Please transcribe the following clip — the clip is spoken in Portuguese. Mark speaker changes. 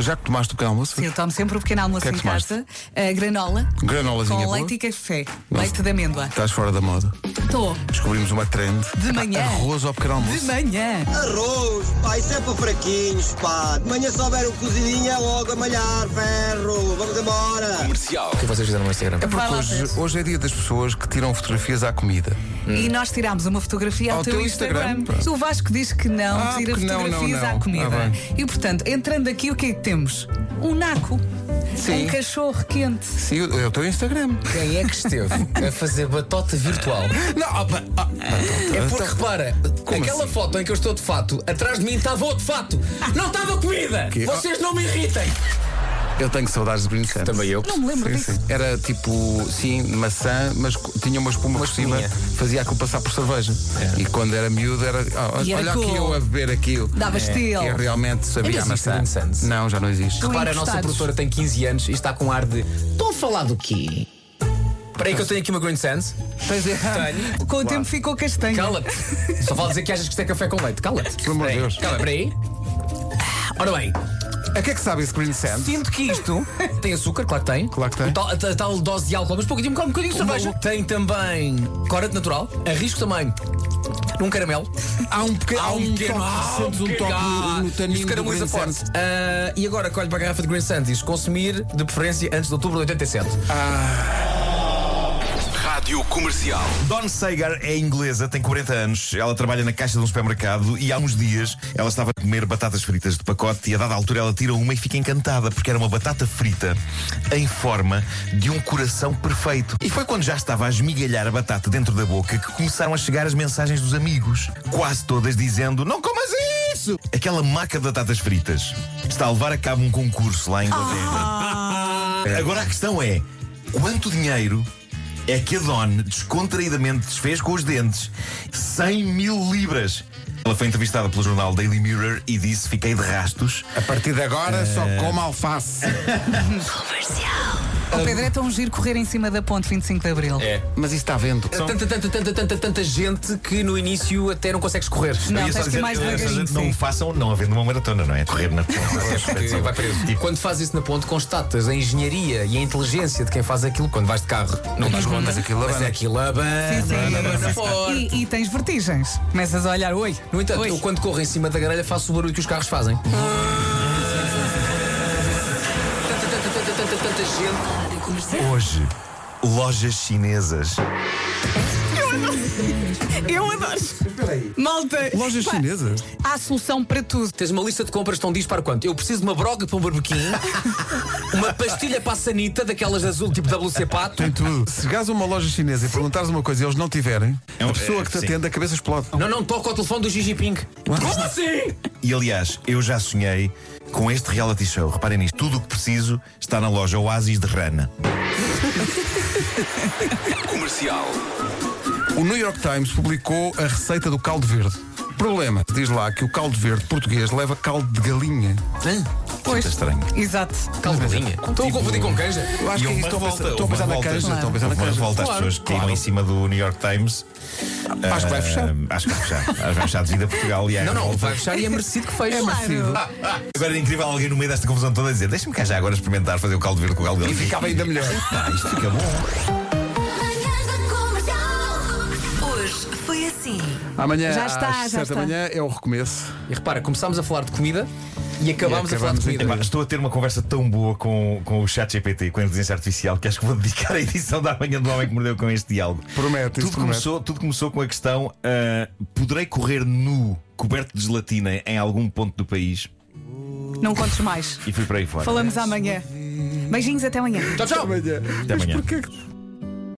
Speaker 1: Já que tomaste o pequeno almoço?
Speaker 2: Sim, eu tomo sempre o pequeno almoço
Speaker 1: Que é que
Speaker 2: em
Speaker 1: tomaste?
Speaker 2: casa. Ah, granola.
Speaker 1: Granolazinha
Speaker 2: Com
Speaker 1: boa?
Speaker 2: leite e café.
Speaker 1: Nossa.
Speaker 2: Leite de amêndoa.
Speaker 1: Estás fora da moda.
Speaker 2: Estou.
Speaker 1: Descobrimos uma trend.
Speaker 2: De manhã.
Speaker 1: Arroz ao pequeno
Speaker 2: De
Speaker 1: almoço.
Speaker 2: manhã.
Speaker 3: Arroz, pá, isso é para fraquinhos, pá. De manhã só houver um cozidinho é logo a malhar, ferro. Vamos embora.
Speaker 4: Comercial.
Speaker 5: que vocês fizeram no Instagram?
Speaker 1: É
Speaker 2: Vai
Speaker 1: porque
Speaker 2: lá,
Speaker 1: hoje,
Speaker 2: Pedro.
Speaker 1: hoje é dia das pessoas que tiram fotografias à comida.
Speaker 2: E nós tirámos uma fotografia ao,
Speaker 1: Ao teu Instagram, pá.
Speaker 2: O Vasco diz que não
Speaker 1: Ah,
Speaker 2: tira
Speaker 1: porque não, não,
Speaker 2: fotografias
Speaker 1: não.
Speaker 2: à comida.
Speaker 1: Ah, bem.
Speaker 2: e portanto, entrando aqui, o que é que temos? Um naco.
Speaker 1: Sim.
Speaker 2: Um cachorro quente.
Speaker 1: Sim, eu- é o teu Instagram.
Speaker 5: Quem é que esteve a fazer batota virtual?
Speaker 1: Não, opa, ah,
Speaker 5: É porque assim? repara, aquela foto em que eu estou de fato, atrás de mim estava outro fato. Não estava comida!
Speaker 1: Quê?
Speaker 5: Vocês não me irritem!
Speaker 1: eu tenho saudades de Bruno Santos.
Speaker 5: Também eu.
Speaker 2: Não me lembro
Speaker 1: Sim,
Speaker 2: disso.
Speaker 1: sim. Era tipo, sim, maçã, mas co- tinha uma espuma por cima,
Speaker 5: espuminha.
Speaker 1: fazia aquilo passar por cerveja.
Speaker 5: É.
Speaker 1: E quando era miúdo, era. ah,
Speaker 2: E
Speaker 1: olha
Speaker 2: era
Speaker 1: aqui
Speaker 2: cool.
Speaker 1: eu a beber aquilo.
Speaker 2: Dava estilo.
Speaker 1: Eu realmente sabia
Speaker 5: Ainda
Speaker 1: a
Speaker 5: existe
Speaker 1: maçã.
Speaker 5: Bruno Santos?
Speaker 1: Não, já não existe.
Speaker 2: Não
Speaker 5: Repara, a nossa
Speaker 2: encostados.
Speaker 5: produtora tem 15 anos e está com um ar de. Estou a falar do quê? Espera aí que eu tenho aqui uma Green Sands.
Speaker 1: Tens errado.
Speaker 5: Tenho.
Speaker 2: Com o tempo ficou castanho.
Speaker 5: Cala-te. Só vale dizer que achas que isto é café com leite. Cala-te.
Speaker 1: Pelo amor de
Speaker 5: Espera aí.
Speaker 1: Deus.
Speaker 5: Cala, espera aí. Ora bem,
Speaker 1: A que é que sabe esse Green Sands?
Speaker 5: sinto que isto tem açúcar, claro que tem.
Speaker 1: Claro que tem.
Speaker 5: O tal, a, a tal dose de álcool, mas pouquinho, um bocadinho de cerveja. Tem também corante natural, arrisco também num caramelo.
Speaker 1: Há um pequeno.
Speaker 5: Há um pequeno
Speaker 1: sentes um toque no- no tanino
Speaker 5: Isto
Speaker 1: do
Speaker 5: caramuza
Speaker 1: Green
Speaker 5: forte.
Speaker 1: Sands.
Speaker 5: Ah, e agora colhe para a garrafa de Green Sands. Consumir, de preferência, antes de outubro de 87.
Speaker 4: Rádio Comercial.
Speaker 6: Don Sagar é inglesa, tem 40 anos. Ela trabalha na caixa de um supermercado e há uns dias ela estava a comer batatas fritas de pacote e a dada altura ela tira uma e fica encantada porque era uma batata frita em forma de um coração perfeito. E foi quando já estava a esmigalhar a batata dentro da boca que começaram a chegar as mensagens dos amigos, quase todas dizendo: Não comas isso! Aquela maca de batatas fritas está a levar a cabo um concurso lá em Inglaterra. Agora a questão é: quanto dinheiro é que a Don descontraídamente desfez com os dentes? 100 mil libras. Ela foi entrevistada pelo jornal Daily Mirror e disse: Fiquei de rastos.
Speaker 1: A partir de agora só coma alface.
Speaker 2: O Pedro é tão giro correr em cima da ponte 25 de Abril.
Speaker 5: É.
Speaker 1: Mas isso está vendo.
Speaker 5: Tanta, tanta, tanta, tanta, tanta gente que no início até não consegues correr.
Speaker 2: Não,
Speaker 6: Eu ia só
Speaker 2: tens que ir
Speaker 6: dizer,
Speaker 2: mais
Speaker 6: eu ia só
Speaker 2: devagarinho,
Speaker 6: dizer, Não
Speaker 2: sim.
Speaker 6: o façam, não havendo uma maratona, não é? Correr na
Speaker 5: Porque vai preso. E quando fazes isso na ponte, constatas a engenharia e a inteligência de quem faz aquilo quando vais de carro. Não das contas,
Speaker 1: aquilo
Speaker 5: mas
Speaker 1: abana.
Speaker 5: é aquilo abana,
Speaker 2: Sim, sim.
Speaker 5: abana forte.
Speaker 2: E, e tens vertigens. Começas a olhar, oi.
Speaker 5: No entanto,
Speaker 2: oi.
Speaker 5: eu quando corro em cima da grelha faço o barulho que os carros fazem. Tanta, tanta, tanta, tanta, tanta gente.
Speaker 6: Hoje, lojas chinesas.
Speaker 2: Eu adoro. Malta.
Speaker 1: Lojas
Speaker 2: pá,
Speaker 1: chinesas?
Speaker 2: Há solução para tudo.
Speaker 5: Tens uma lista de compras que estão diz para quanto? Eu preciso de uma broga para um barbequim, uma pastilha para a sanita, daquelas azul tipo WC Pato.
Speaker 1: Tem tudo. Ah, Se chegares a uma loja chinesa e perguntares uma coisa e eles não tiverem,
Speaker 6: É um-
Speaker 1: a pessoa
Speaker 6: é,
Speaker 1: que te
Speaker 6: sim.
Speaker 1: atende a cabeça explode.
Speaker 5: Não, não, toca o telefone do Gigi Pink. Como assim?
Speaker 6: E aliás, eu já sonhei com este reality show. Reparem nisto: tudo o que preciso está na loja Oasis de Rana. é
Speaker 4: Comercial.
Speaker 1: O New York Times publicou a receita do caldo verde. Problema, diz lá que o caldo verde português leva caldo de galinha.
Speaker 2: Pois.
Speaker 6: estranho.
Speaker 2: Exato.
Speaker 5: Caldelinha. Estou a confundir com canja.
Speaker 1: Eu acho
Speaker 6: E
Speaker 1: que é
Speaker 6: houve
Speaker 1: isso. Estou
Speaker 6: uma
Speaker 1: a
Speaker 6: volta,
Speaker 1: pensar- Estou a
Speaker 6: houve
Speaker 1: pensar
Speaker 6: uma
Speaker 1: na
Speaker 6: volta.
Speaker 1: canja. Estou a pensar na
Speaker 6: Houve uma
Speaker 1: canja.
Speaker 6: volta às
Speaker 1: Claro,
Speaker 6: pessoas que
Speaker 1: claro.
Speaker 6: ligam em cima do New York Times.
Speaker 1: Acho que vai fechar.
Speaker 6: Ah, acho que vai fechar. Acho que vai fechar devido a Portugal e à
Speaker 5: Não, não,
Speaker 6: revolta.
Speaker 5: vai fechar e é merecido que feche.
Speaker 1: É merecido.
Speaker 5: Ah,
Speaker 6: Agora era incrível alguém no meio desta confusão toda dizer: Deixa-me cá já agora experimentar fazer o caldo verde com o caldo
Speaker 1: E
Speaker 6: verde.
Speaker 1: ficava ainda melhor.
Speaker 6: Ah, isto fica bom.
Speaker 7: Manhãs da Comercial. Hoje foi assim.
Speaker 1: Amanhã
Speaker 2: Já está, já
Speaker 1: às 7 da
Speaker 2: está.
Speaker 1: manhã é o recomeço.
Speaker 5: E repara, começámos a falar de comida e
Speaker 1: E
Speaker 5: acabámos, a falar de
Speaker 1: acabámos em
Speaker 5: comida.
Speaker 6: Epá, estou a ter uma conversa tão boa com, com o chat GPT, com a inteligência artificial, que acho que vou dedicar a edição da manhã do Homem que Mordeu com este diálogo.
Speaker 1: Promete, isso
Speaker 6: tudo
Speaker 1: promete.
Speaker 6: começou, tudo começou com a questão: ah, poderei correr nu, coberto de gelatina, em algum ponto do país?
Speaker 2: Não contes mais.
Speaker 6: E fui para aí fora.
Speaker 2: Falamos amanhã. Beijinhos até amanhã.
Speaker 5: Tchau, tchau.
Speaker 1: Amanhã.
Speaker 6: Até
Speaker 1: Mas
Speaker 6: amanhã.
Speaker 1: porquê que